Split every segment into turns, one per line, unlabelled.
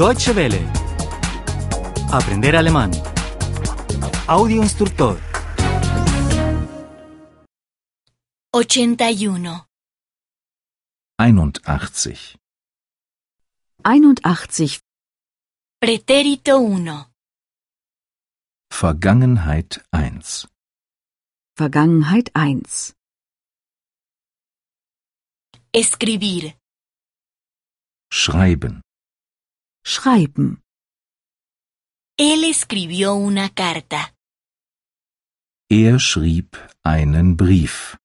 Deutsche Welle. Aprender alemán. Audio instructor.
81.
81.
81.
Pretérito 1.
Vergangenheit 1.
Vergangenheit 1.
Escribir.
Schreiben.
Schreiben.
Él escribió una carta.
Er schrieb einen Brief.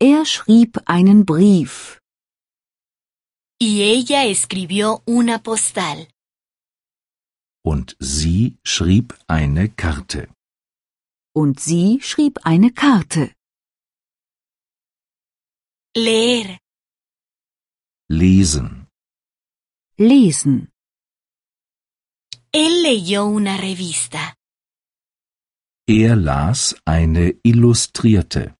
Er schrieb einen Brief.
Y ella escribió una postal.
Und sie schrieb eine Karte.
Und sie schrieb eine Karte.
Leer.
Lesen.
Lesen.
Él leyó una revista.
Er las eine Illustrierte.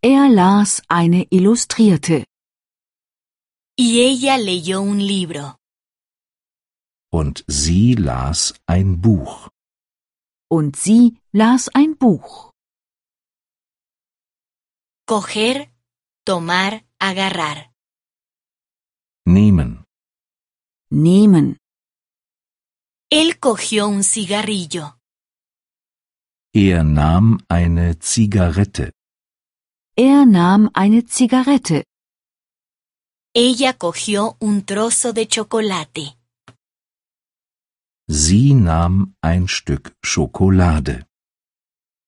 Er las eine Illustrierte.
Y ella leyó un libro.
Und sie las ein Buch.
Und sie las ein Buch.
Coger, tomar, agarrar.
Nehmen.
Nehmen.
Él cogió un cigarrillo.
Er nahm eine Zigarette.
Er nahm eine Zigarette.
Ella cogió un trozo de chocolate.
Sie nahm ein Stück Schokolade.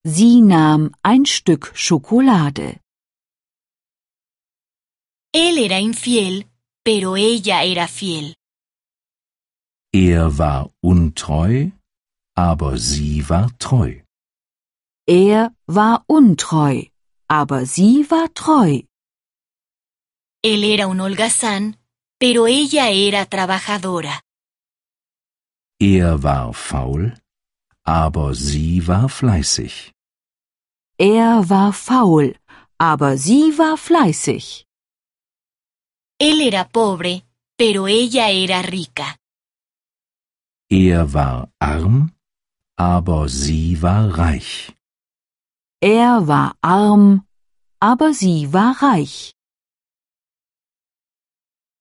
Sie nahm ein Stück Schokolade.
Él era infiel, pero ella era fiel.
Er war untreu, aber sie war treu.
Er war untreu, aber sie war treu.
Él era un holgazán, pero ella era trabajadora.
Er war faul, aber sie war fleißig.
Er war faul, aber sie war fleißig.
Él era pobre, pero ella era rica.
Er war arm, aber sie war reich.
Er war arm, aber sie war reich.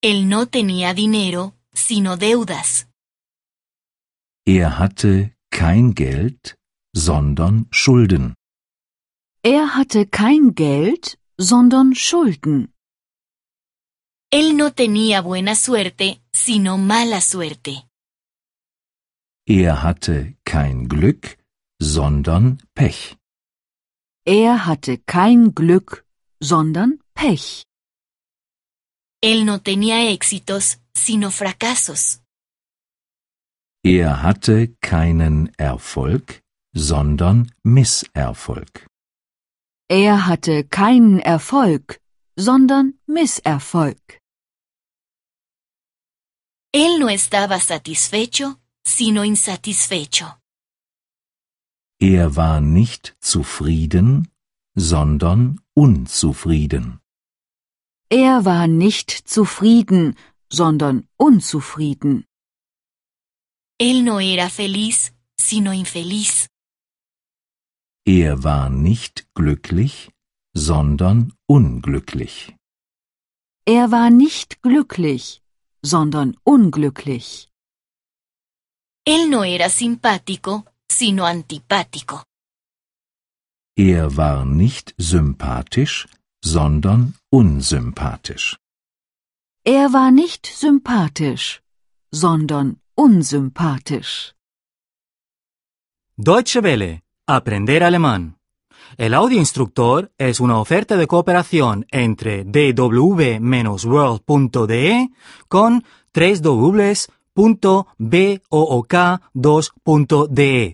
Él no tenía dinero, sino deudas.
Er hatte kein Geld, sondern Schulden.
Er hatte kein Geld, sondern Schulden.
Él no tenía buena suerte, sino mala suerte.
Er hatte kein Glück, sondern Pech.
Er hatte kein Glück, sondern Pech.
Él no tenía éxitos, sino fracasos.
Er hatte keinen Erfolg, sondern Misserfolg.
Er hatte keinen Erfolg, sondern Misserfolg.
Él no estaba satisfecho, sino insatisfecho.
Er war nicht zufrieden, sondern unzufrieden.
Er war nicht zufrieden, sondern unzufrieden.
Él no era feliz, sino infeliz.
Er war nicht glücklich, sondern unglücklich.
Er war nicht glücklich, sondern unglücklich.
Él no era simpático, sino antipático.
Er war nicht sympathisch, sondern unsympathisch.
Er war nicht sympathisch, sondern unsympathisch.
Deutsche Welle. Aprender alemán. El audio instructor es una oferta de cooperación entre dw-world.de con 3 2de